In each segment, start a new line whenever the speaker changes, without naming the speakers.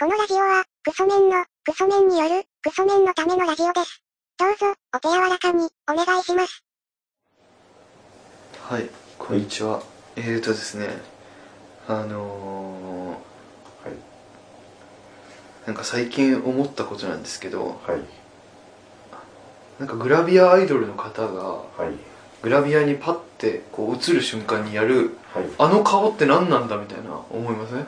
このラジオは、クソメンの、クソメンによる、クソメンのためのラジオです。どうぞ、お手柔らかに、お願いします。
はい、こんにちは。えーとですね、あのー
はい
なんか最近思ったことなんですけど、
はい
なんかグラビアアイドルの方が、
はい
グラビアにパッてこう映る瞬間にやる、
はい
あの顔って何なんだみたいな思いません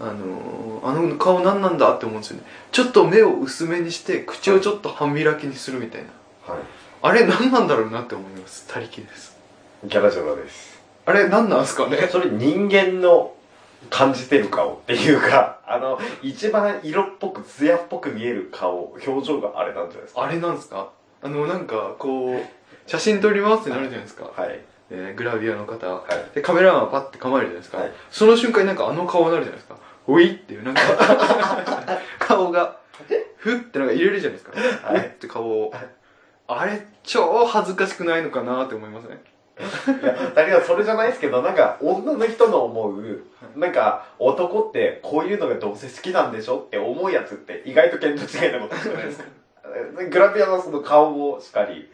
あのーあの顔何なんだって思うんですよね。ちょっと目を薄めにして、口をちょっと半開きにするみたいな。
はい
あれ何なんだろうなって思います。他力です。
ギャラジョナです
あれ何なんすかね
それ人間の感じてる顔っていうかあの一番色っぽく艶っぽく見える顔表情があれなんじゃないですか
あれなんですかあの、なんか、こう、写真撮りますってなるじゃないですか。
はい
えーグラビアの方。
はい
で、カメラマンパッて構えるじゃないですか。
はい
その瞬間になんかあの顔になるじゃないですか。おいっていう、なんか、 顔が、ふってなんか入れるじゃないですか。
はい
ふって顔を。あれ、超恥ずかしくないのかなって思いますね。
いやだけどそれじゃないですけどなんか女の人の思うなんか男ってこういうのがどうせ好きなんでしょって思うやつって意外と見当違いなことじゃないですかグラビアのその顔もしかり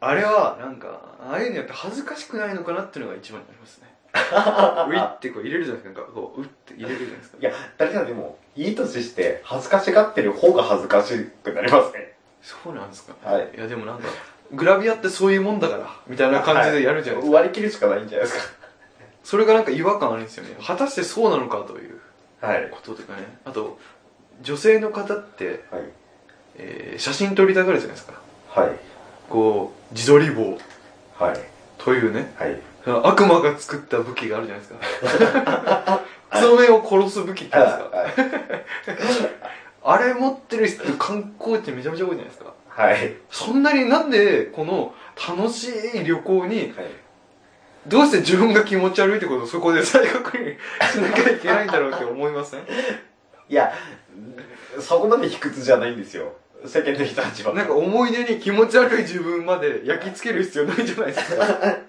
あれは、なんか、ああいうのやって恥ずかしくないのかなっていうのが一番になります ね。ういってこう入れるじゃないですか。なんかこう、うって入れるじゃないですか
い。や誰かでもいい年して恥ずかしがってる方が恥ずかしくなりますね
そうなんですか。
はい
いやでもなんかグラビアってそういうもんだからみたいな感じでやるじゃないですか、
割り切るしかないんじゃないです
それがなんか違和感あるんですよね果たしてそうなのかという
かはい
こととかねあと女性の方って、
はい
えー写真撮りたがるじゃないですか
はい
こう自撮り棒
はい
というね
はい
悪魔が作った武器があるじゃないです かその面を殺す武器って言うんですかあれ持ってる人観光地めちゃめちゃ多いじゃないですか
はいはい
そんなになんでこの楽しい旅行にどうして自分が気持ち悪いってことをそこで再確認しなきゃいけないんだろうって思い ません
いやそこまで卑屈じゃないんですよ世間の人たちは
なんか思い出に気持ち悪い自分まで焼き付ける必要ないじゃないですか。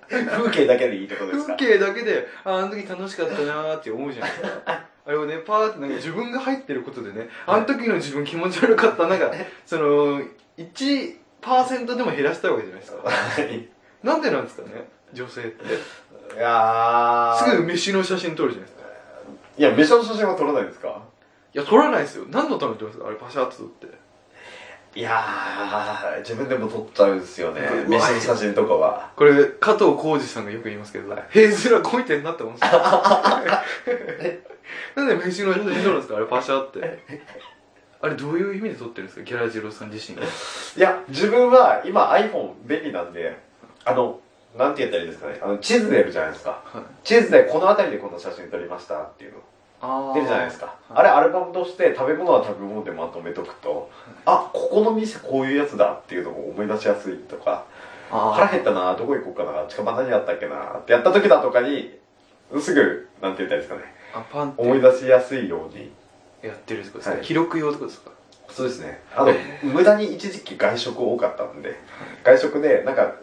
風景だけでいいってことです
風
か
景だけで、あ、あの時楽しかったなーって思うじゃないですか。あれをね、パーってなんか自分が入ってることでね、あの時の自分気持ち悪かった、なんか、その、1%でも減らしたいわけじゃないですか。
はい
なんでなんですかね、女性って。
いや
すぐ
ー
飯の写真撮るじゃないですか。
いやめちゃの写真は撮らないですか
いや、撮らないですよ。何のために撮るんですかあれパシャッと撮って。
いやー自分でも撮っちゃうんですよね
うわ
飯の写真とかは
これ、加藤浩二さんがよく言いますけど、平面こいてんなって思うん ですよ。なんで飯の写真撮るんですかあれパシャって。あれどういう意味で撮ってるんですかギャラジロさん自身が。
いや、自分は今 iPhone 便利なんで、あの、なんて言ったらいいですかね。あの、地図出るじゃないですか。
はい
地図でこの辺りでこの写真撮りましたっていう
あ
の。出るじゃないですか。
はい
あれアルバムとして食べ物は食べ物でまとめとくと、あ、ここの店こういうやつだっていうのも思い出しやすいとか、腹減ったな、どこ行こうかな、近場何やったっけなってやった時だとかに、すぐ、なんて言ったらいいですかね。
あ、パンって
思い出しやすいように。
やってるってことですか、
はい
記録用ってことですか
そうですね。あの、無駄に一時期外食多かったんで、外食で、なんか、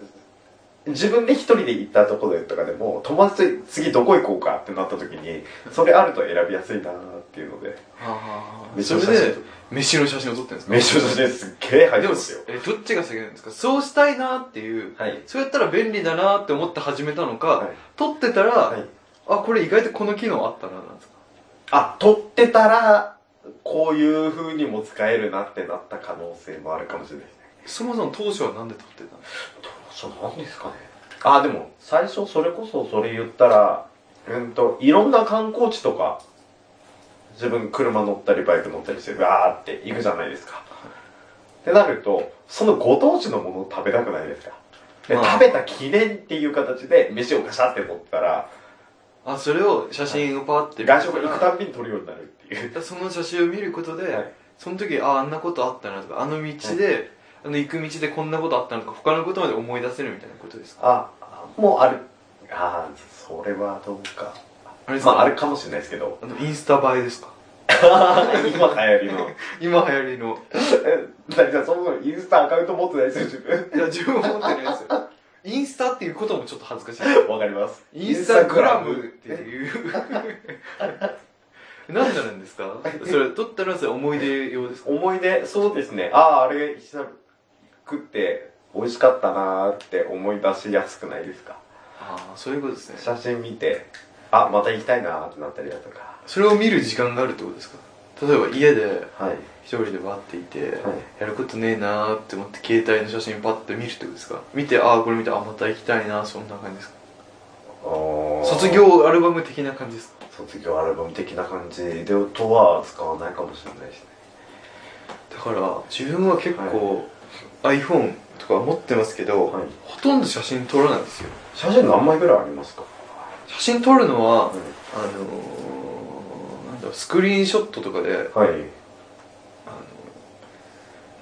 自分で一人で行ったところとかでも、友達と次どこ行こうかってなった時に、それあると選びやすいなーっていうので、
あそ
飯の
れ
写真
で、飯の写真を撮ってるんですか
名称写真すっげえ入っ
で
て
も
ますよ。、
えどっちが先なんですかそうしたいなっていう、
はい。
そうやったら便利だなって思って始めたのか、
はい
撮ってたら、
はい。
あ、これ意外とこの機能あったな、なんですか
あ、撮ってたら、こういう風にも使えるなってなった可能性もあるかもしれないですね。
そもそも当初はなんで撮ってたんですか
当初何ですかねあ、でも、最初それこそそれ言ったら、うんと、いろんな観光地とか、自分車乗ったりバイク乗ったりして、わーって行くじゃないですか。ってなると、そのご当地のものを食べたくないですか。で
まあ
食べた記念っていう形で飯をガシャって持ったら、
あそれを写真をパーって
外食行くたんびに取るようになるっていう。
その写真を見ることで、
はい
その時ああんなことあったなとかあの道で、あの行く道でこんなことあったなとか他のことまで思い出せるみたいなことですか
あ、もうある。あー、それはどうか。
あれです
ま
か、。
あ、あるかもしれないですけど
あのインスタ映えですか
今流行りの。
今流行りの
え、だからそもそもインスタアカウント持ってないですよ、自分。
いや自分は持ってないですよインスタっていうこともちょっと恥ずかしい
わかります。
インスタグラムっていうなんでなんですかそれ、撮ったらそれ思い出用ですか
思い出、そうですね。ああ、あれ、久々食って美味しかったなーって思い出しやすくないですか
ああ、そういうことですね。
写真見て、あ、また行きたいなーってなったりだとか。
それを見る時間があるってことですか例えば家で
はい。
一人でバっていて、
は
やることねえなーって思って携帯の写真パッて見るってことですか見て、ああ、これ見て、あ、また行きたいなそんな感じですか
い。
卒業アルバム的な感じですか
卒業アルバム的な感じでとは使わないかもしれないですね。
だから、自分は結構、iPhone とか持ってますけど、
はい
ほとんど写真撮らないんですよ。
写真何枚ぐらいありますか
写真撮るのは、
は
あのー、なんだろう、スクリーンショットとかで、
い。
あの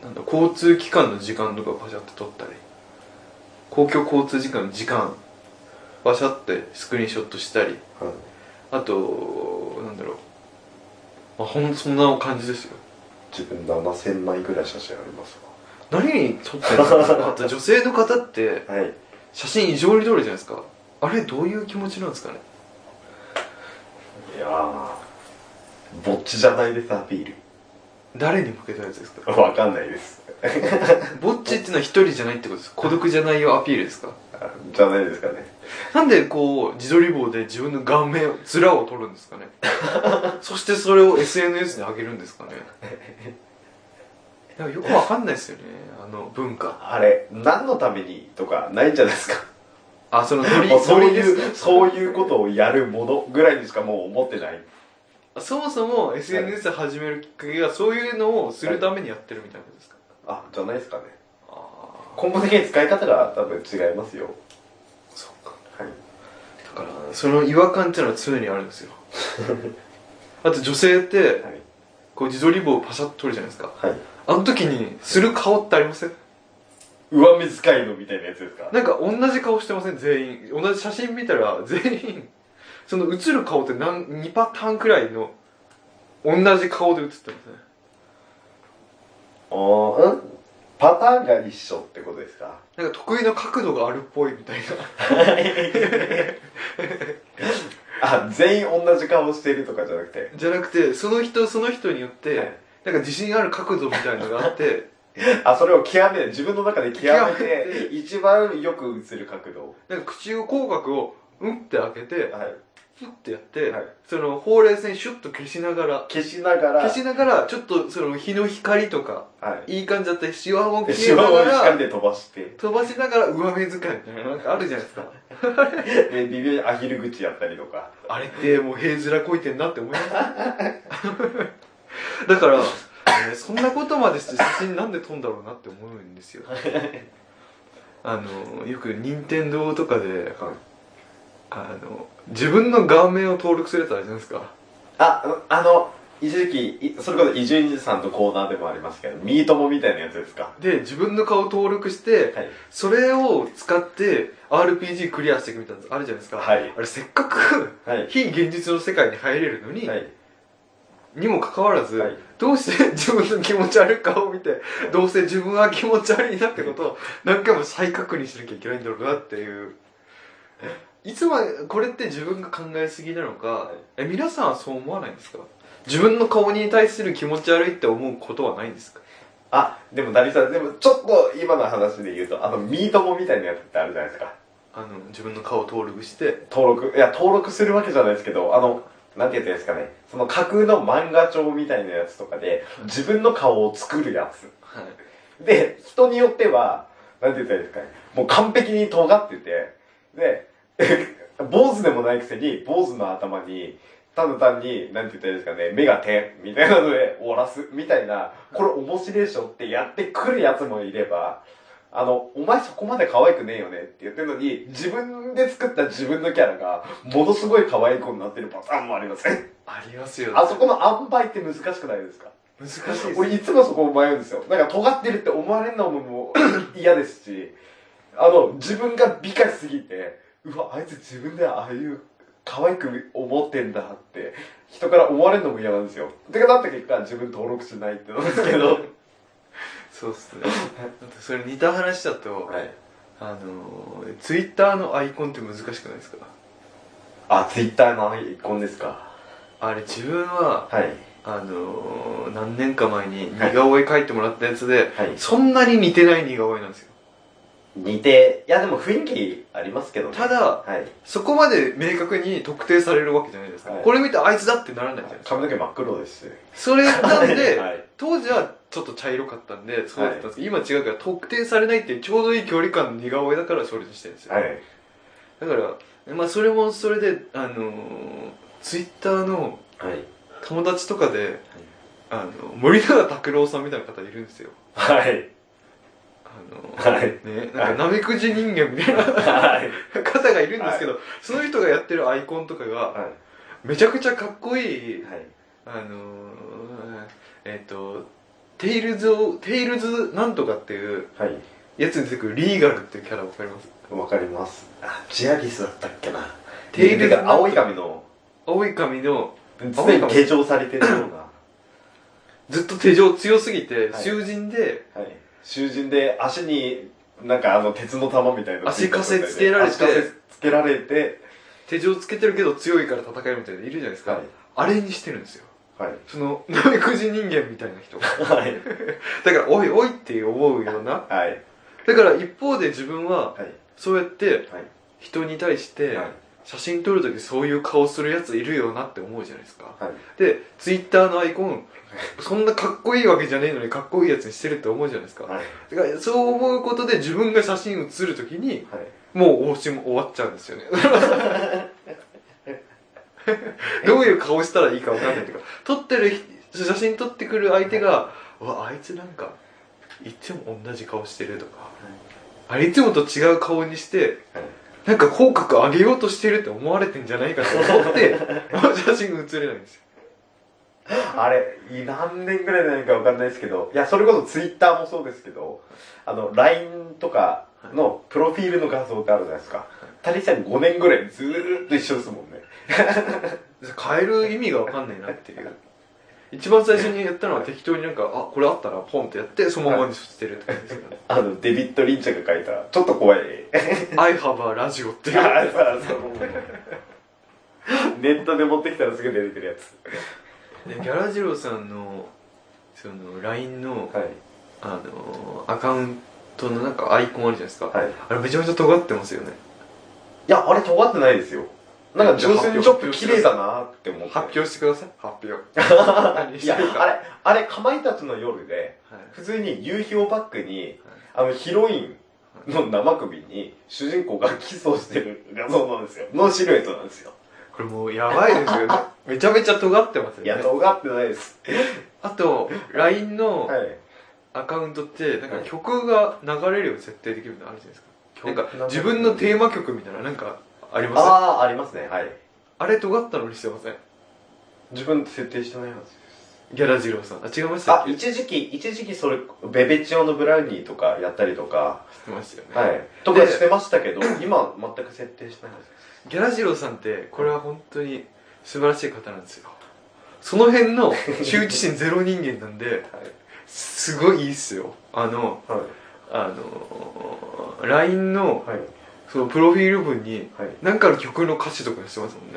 なんだ交通機関の時間とかバシャって撮ったり公共交通時間の時間バシャってスクリーンショットしたり
はい。
あとなんだろうまあほんそんな感じですよ
自分7000枚ぐらい写真あります
何に撮ってるのかなあと女性の方って
わ。はい。
写真異常に撮るじゃないですかあれどういう気持ちなんですかね
いやー、ぼっちじゃないです、アピー
誰に向けたやつですか
ル。 わかんないです。
ぼっちっていうのは一人じゃないってことです孤独じゃないよアピールですか
じゃないですかね。
なんでこう自撮り棒で自分の顔面面を撮るんですかねそしてそれを SNS に上げるんですかねなんかよくわかんないですよねあの文化
あれ、何のためにとかないんじゃないですか。
あその撮り
もう そう
撮りです
いう、そういうことをやるものぐらいにしかもう思ってない。
そもそも SNS 始めるきっかけがそういうのをするためにやってるみたいなことですか、
あ、じゃないですかね。
あ
根本的に使い方が多分違いますよ。
あそうか
はい。
だからその違和感っていうのは常にあるんですよあと女性って
はい。
こう自撮り棒をパシャッと撮るじゃないですか
はい。
あの時にする顔ってありません
上目遣いのみたいなやつですか
なんか同じ顔してません全員。同じ写真見たら全員、その映る顔って何、2パターンくらいの、同じ顔で映ってますね。
おーんパターンが一緒ってことです か
なんか得意な角度があるっぽいみたいな。
あ、全員同じ顔してるとかじゃなくて。
じゃなくて、その人その人によって、
はい
なんか自信ある角度みたいなのがあ って、
あ、それを極め、自分の中で極め
極め
て、一番よく映る角度。
なんか口を口角を、うんって開けて、
はい。
ふってやって、
はい
そのほうれい線シュッと消しながら、
消しながら、
消しながら、ちょっとその日の光とか、
はい。
いい感じだったり、シワも
で、
消え
白
なが
を
ら
光、で飛ばして、
飛ばしながら上目遣いみたいな、なんかあるじゃないですか。
で、微妙にアヒル口やったりとか。
あれってもう平面こいてんなって思いました。 だから、えーそんなことまでして写真なんで撮んだろうなって思うんですよ。あの、よく任天堂とかで、あの、自分の顔面を登録するやつあるじゃないですか。
あ、あの、一時期、いそれこそ伊集院さんのコーナーでもありますけど、ミートモみたいなやつですか。
で、自分の顔を登録して、
はい。
それを使って RPG クリアしていくみたいなのあるじゃないですか。
はい
あれせっかく、
はい。
非現実の世界に入れるのに、
はい。
にもかかわらず、
はい
どうして自分の気持ち悪い顔を見て、どうせ自分は気持ち悪いなってことを何回も再確認しなきゃいけないんだろうなっていう。いつまで、これって自分が考えすぎなのか
い、
え、皆さんはそう思わないんですか自分の顔に対する気持ち悪いって思うことはないんですか
あ、でも、ダリさん、でも、ちょっと今の話で言うと、あの、ミートモみたいなやつってあるじゃないですか。
あの、自分の顔を登録して、
登録、いや、登録するわけじゃないですけど、あの、なんて言ったらいいですかね。その架空の漫画帳みたいなやつとかで、自分の顔を作るやつ。
はい。
で、人によっては、なんて言ったらいいですかね。もう完璧に尖ってて、で、 坊主でもないくせに、坊主の頭に、ただ単に、なんて言ったらいいですかね、目が点みたいなので終わらす、みたいな、これ面白いでしょってやってくるやつもいれば、あの、お前そこまで可愛くねえよねって言ってるのに、自分で作った自分のキャラが、ものすごい可愛い子になってるパターンもありますね。
ありますよね。
あそこの塩梅って難しくないですか
難しいです
俺いつもそこ迷うんですよなんか尖ってるって思われるのももう 嫌ですしあの自分が美化しすぎてうわあいつ自分でああいう可愛く思ってんだって人から思われるのも嫌なんですよてかなった結果自分登録しないってなんですけど
そうっすね。だってそれ似た話だと、
はい
あの、ツイッターのアイコンって難しくないですか
あツイッターのアイコンですか
あれ自分は
はい。
あのー何年か前に似
はい
顔絵描いてもらったやつで、
はい
そんなに似てない似顔絵なんですよ
似て、いやでも雰囲気ありますけどね。
ただ
はい。
そこまで明確に特定されるわけじゃないですか、
はい
これ見てあいつだってならないじゃないですか
髪の毛真っ黒です。
それなんで、
はい。
当時はちょっと茶色かったんでそうだったんですけど、今違うから特定されないっていうちょうどいい距離感の似顔絵だからそれにしてるんですよ、
はい。
だから、まあ、それもそれであのー、ツイッターの
はい。
友達とかで、あの森永卓郎さんみたいな方いるんですよ
はい。
あのー
はい。
ね、なんか、なめくじ人間みたいな
はい。
方がいるんですけど、その人がやってるアイコンとかが、
は
めちゃくちゃかっこい
い
い、。あのー、えっ、と、テイルズを、テイルズなんとかっていう
はい。
やつに出てくるリーガルっていうキャラわかります
わかります。あ、ジアリスだったっけな。
テール
が青い髪の、
青い髪の、
常に手錠されてるような。
ずっと手錠強すぎて、
はい
囚人で、
はい。囚人で足に、なんかあの鉄の玉みたいな。
足かせつけられて
足かせつけられて、
手錠つけてるけど強いから戦えるみたいなのいるじゃないですか。
はい
あれにしてるんですよ。
はい。
その、なめくじ人間みたいな人。だか
はい。
ら、おいおいって思うような。
はい。
だから一方で自分は、
はい。
そうやって、
はい。
人に対して
はい
写真撮るときそういう顔するやついるよなって思うじゃないですか
はい。
でツイッターのアイコンそんなかっこいいわけじゃねえのにかっこいいやつにしてるって思うじゃないですか
はい。
だからそう思うことで自分が写真写るときに
はい。
もうおしも終わっちゃうんですよ ねどういう顔したらいいかわかんないとか撮ってる人写真撮ってくる相手が「うわあいつなんかいつも同じ顔してる」とかあれいつもと違う顔にしてなんか口角上げようとしてるって思われてんじゃないかと思って、 写真が写れないんですよ。
あれ、い何年ぐらいなのかわかんないですけど、いや、それこそツイッターもそうですけど、あの、LINE とかのプロフィールの画像ってあるじゃないですか。タリさん5年ぐらいずーっと一緒ですもんね。
変える意味がわかんないなっていう。一番最初にやったのは適当になんか、あ、これあったらポンってやって、そのままにしてるって感じですけど、
あの、デビッド・リンチャーが書いた、ちょっと怖い。
I have a radio っていう。
あそうそう ネットで持ってきたらすぐ出てくるやつ。
でギャラジローさんの、その LINE の、
はい。
あのーアカウントのなんかアイコンあるじゃないですか。
はい。い
あれめちゃめちゃ尖ってますよね。
や、あれ尖ってないですよ。なんか純粋にちょっと綺麗だなって思って。
発表してください。発表。何し
い
て
や、
るか。
あれ、あれ、かまいたちの夜で、
はい
普通に夕日をバックに、あの、ヒロインの生首に、主人公がキスをしてる画像なんですよ。のシルエットなんですよ。
これもうやばいですよ ね。めちゃめちゃ尖ってますよね。
いや、尖ってないです。
あと、LINE の
はい。
アカウントって、なんか
はい曲
曲が流れるように設定できるのあるじゃないですか。なんか、自分のテーマ曲みたいな、なんか、ありま
あ
せんあ
あ、ありますね。はい。
れ尖ったのにしてません
自分で設定してないはずです。
ギャラジローさん。あ、違いました
あ
っ、け知っ
一時期、一時期それ、ベベチオのブラウニーとかやったりとか、
てましたよね。
はい。とかしてましたけど、今全く設定してないはずです。
ギャラジローさんって、これは本当に素晴らしい方なんですよ。その辺 の羞恥心ゼロ人間なんで、すごいいいっすよ。あの、
はい。
あのー、LINE の、
はい。
そのプロフィール文に、
はい。
なんかの曲の歌詞とかにしてますもんね。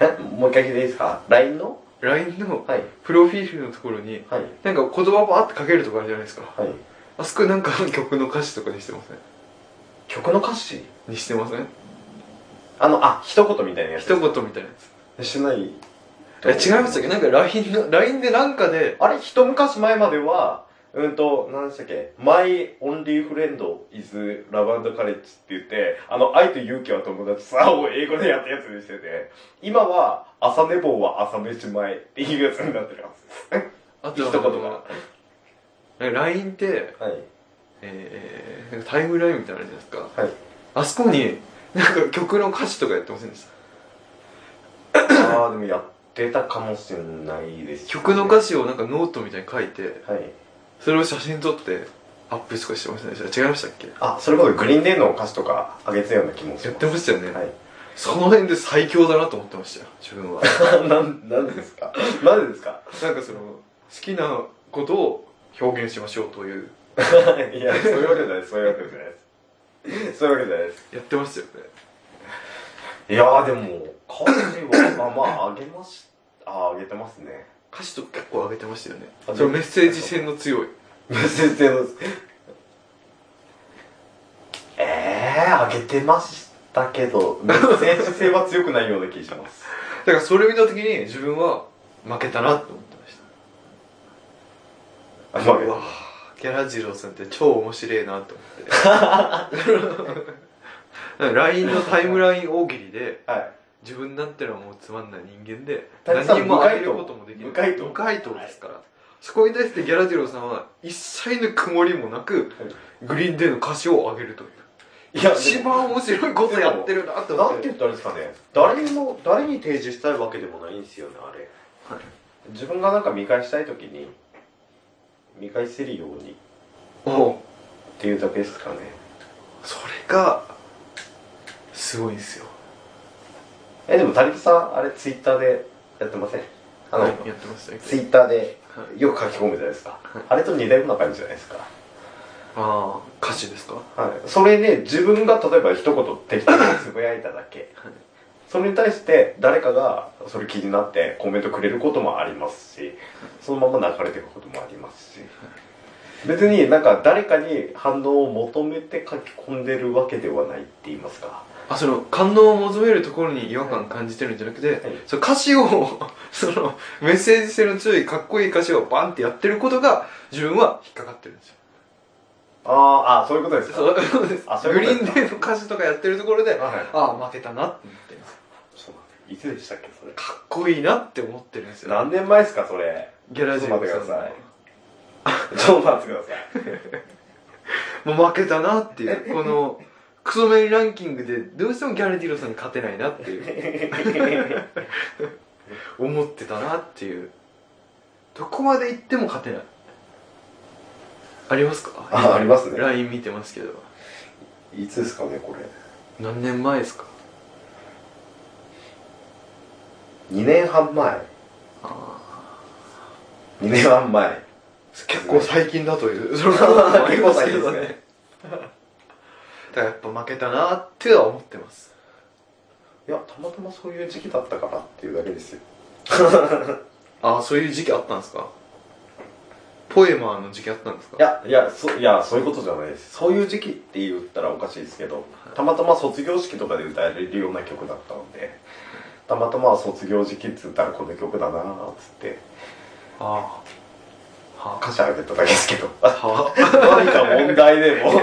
え、もう一回聞いていいですか ?LINE の
LINE の
はい。
プロフィールのところに、
はい。
なんか言葉ばーって書けるとこあるじゃないですか。
はい。
あそこなんかの曲の歌詞とかにしてません
曲の歌詞
にしてません
あの、あ、一言みたいなやつ。
一言みたいなやつ。
言。しない。
え、違いましたっけなんか LINE の、LINE でなんかで、
あれ、一昔前までは、うんと、何でしたっけ ?My only friend is love and courage って言って、あの、愛と勇気は友達さを英語でやったやつにしてて、今は、朝寝坊は朝飯前っていうやつになってるはずです。
あ
一
と
言が。
なんか LINE って、
はい。
えー、なんかタイムラインみたいなのあるじゃないですか。
はい。
あそこに、なんか曲の歌詞とかやってませんでした
ああ、でもやってたかもしれないです、
曲の歌詞をなんかノートみたいに書いて、
はい。
それを写真撮って、アップとかしてませんでした違いましたっけ
あ、それこそグリーンデーの歌詞とか上げてたような気もします。
やってましたよね。
はい。
その辺で最強だなと思ってましたよ、自分は。
なん、なんでですか なんでですか
なんかその好きなことを表現しましょうという
いや、そういうわけじゃないです。そういうわけじゃないです。そういうわけじゃないです。
やってましたよね
いやーでも、家事は、まあまあ、あげまし、あ、あげてますね。
歌詞と結構上げてましたよね
あ
それメッセージ性の強い
先生の、 えー、あげてましたけど、メッセージ性は強くないような気がします。
だからそれを見た時に自分は負けたなって思ってました
あ、
うわぁギャラジローさんって超面白いなって 思って LINE のタイムライン大喜利で
はい。
自分なんてのはもうつまんない人間で
谷さん
何もあげることもできない
無回答
無回答ですから、そこに対してギャラジローさんは一切の曇りもなく、グリーンデーの歌詞を上げるという
いや、
一番面白いことやってるなって
な
思
ん
って
て言ったらいいんですかね誰にも誰に提示したいわけでもないんですよねあれ、
はい
自分がなんか見返したい時に見返せるようにっ
おう
ていうだけですかね
それがすごいんですよ
えでもタリトさんあれツイッターでやってませんあの、
はいやってましたけ
ツ
ど
イッターで
は
よく書き込むじゃないですか、
はい
あれと似たような感じじゃないですか、
ああ歌詞ですか
はい、それで自分が例えば一言適当につぶやいただけ
はい
それに対して誰かがそれ気になってコメントくれることもありますしそのまま流れていくこともありますし別になんか誰かに反応を求めて書き込んでるわけではないって言いますか
あその感動を求めるところに違和感感じてるんじゃなくて、その歌詞を そのメッセージ性の強いかっこいい歌詞をバンってやってることが自分は引っかかってるんですよ
あーあーそういうことですか
そうそうです
あそう
グ
いう
リ
こ
ー
とです
ンデー
か
の歌詞とかやってるところであ
はい
あ負けたなって思ってるんです
そうなんですいつでしたっけそれ
かっこいいなって思ってるんですよ
何年前ですかそれ
ギャラジー
ちょ
さん
っと待ってください
の
ちょっと待ってください
もう負けたなっていうこのクソメンランキングでどうしてもギャラディロさんに勝てないなっていう 思ってたなっていうどこまで行っても勝てないありますか
あありますね
LINE 見てますけど
いつですかねこれ
何年前ですか
2年半前
あ
2年半前
ー結構最近だという そのありますけどねだからやっぱ負けたなっては思ってます
いやたまたまそういう時期だったからっていうだけですよ
ああそういう時期あったんですかポエマーの時期あったんですか
いや、いや、そいやそういうことじゃないです。そういう時期って言ったらおかしいですけど、たまたま卒業式とかで歌えるような曲だったので、たまたま卒業時期っつったらこの曲だなーっつって、
ああはあ
歌詞上げただけですけ ど。何
は
か問題で も。
い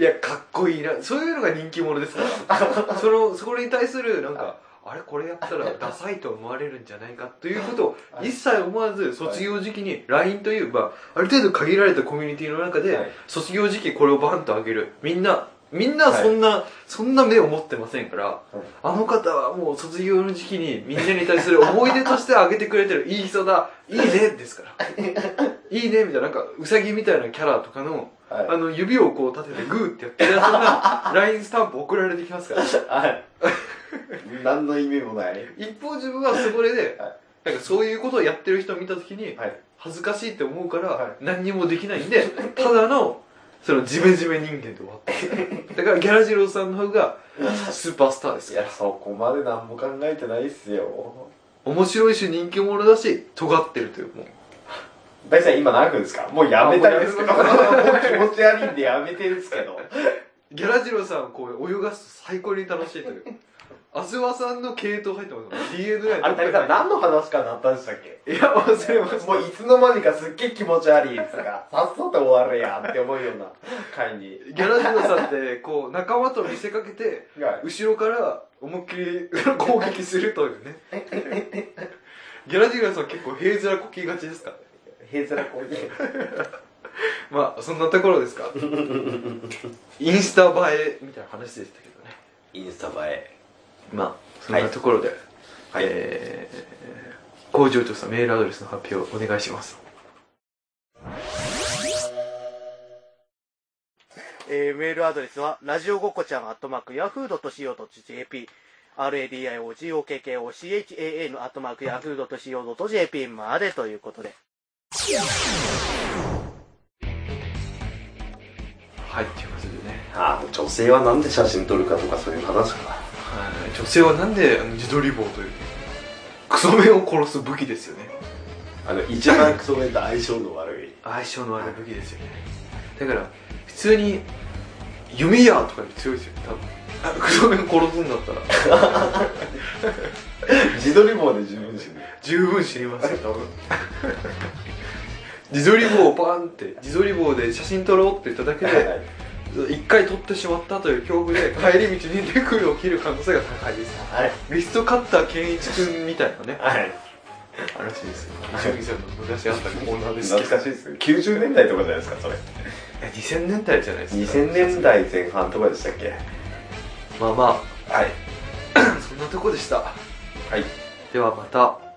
やかっこいいなそういうのが人気者ですからそのそれに対するなんかあれこれやったらダサいと思われるんじゃないかということを
はい
一切思わず卒業時期に LINE という、まあ、ある程度限られたコミュニティの中で、
はい
卒業時期これをバンと上げるみんなみんなそんな、そんな目を持ってませんから、あの方はもう卒業の時期にみんなに対する思い出としてあげてくれてるいい人だいいねですからいいねみたいななんかウサギみたいなキャラとかの
はい
あの、指をこう立ててグーってやってるやつ が、ラインスタンプ送られてきますから。
はい。 何の意味もない。
一方自分はそこで、
はい
なんかそういうことをやってる人を見たときに、
はい。
恥ずかしいって思うから、
はい
何にもできないんで、ただの、そのジメジメ人間で終わ った。だからギャラジローさんの方が、スーパースターです
い
よ。
や、そこまで何も考えてないっすよ。
面白いし人気者だし、尖ってるという、もう。
大地さん今何分ですかもうやめたいですけど。
あ
も
も
う
うや
気持ち悪いんでやめてるんですけど。
ギャラジローさんをこう泳がすと最高に楽しいという。 アスワさんの系統入ってますもん DNA
あれ、谷さん何の話からなったんでしたっけ
いや、忘れました。
もういつの間にかすっげえ気持ち悪いやつが、さっさと終わるやんって思うような回に。
ギャラジロさんって、こう、仲間と見せかけて、
が
後ろから思いっきり攻撃するというね。ギャラジロさん結構平面こきがちですからね。
へずらこに。
まあ、そんなところですか。インスタ映えみたいな話でしたけどね。
インスタ映え。
まあ、そんなところで、
はい
えー、工場調査メールアドレスの発表お願いします。
えーメールアドレスは、ラジオごこちゃん、アットマーク、ヤフードと .co.jp、radiogokochaa のアットマーク、ヤフードと .co.jp までということで。
はい、ということでね。
ああ、女性はなんで写真撮るかとかそういう話か。
はい女性はなんであの自撮り棒というクソ目を殺す武器ですよね
あの一番クソメンと相性の悪い
相性の悪い武器ですよねだから普通に「弓矢」とかより強いですよ多分あクソ目を殺すんだったら
自撮り棒で自分自 身
十分死にますよ多分 自撮り棒をバーンって自撮り棒で写真撮ろうって言っただけで
で
一回撮ってしまったという恐怖 で帰り道に手首を切る可能性が高いです
はい
リストカッター健一君みたいなね
はい
話ですよ伊集院さんの昔あったコーナーですけ
懐
ど
かしいですね90年代とかじゃないですかそれ
え2000年代じゃないですか
2000年代前半とかでしたっけ
まあま
はい
あそんなとこでした
はい
ではまた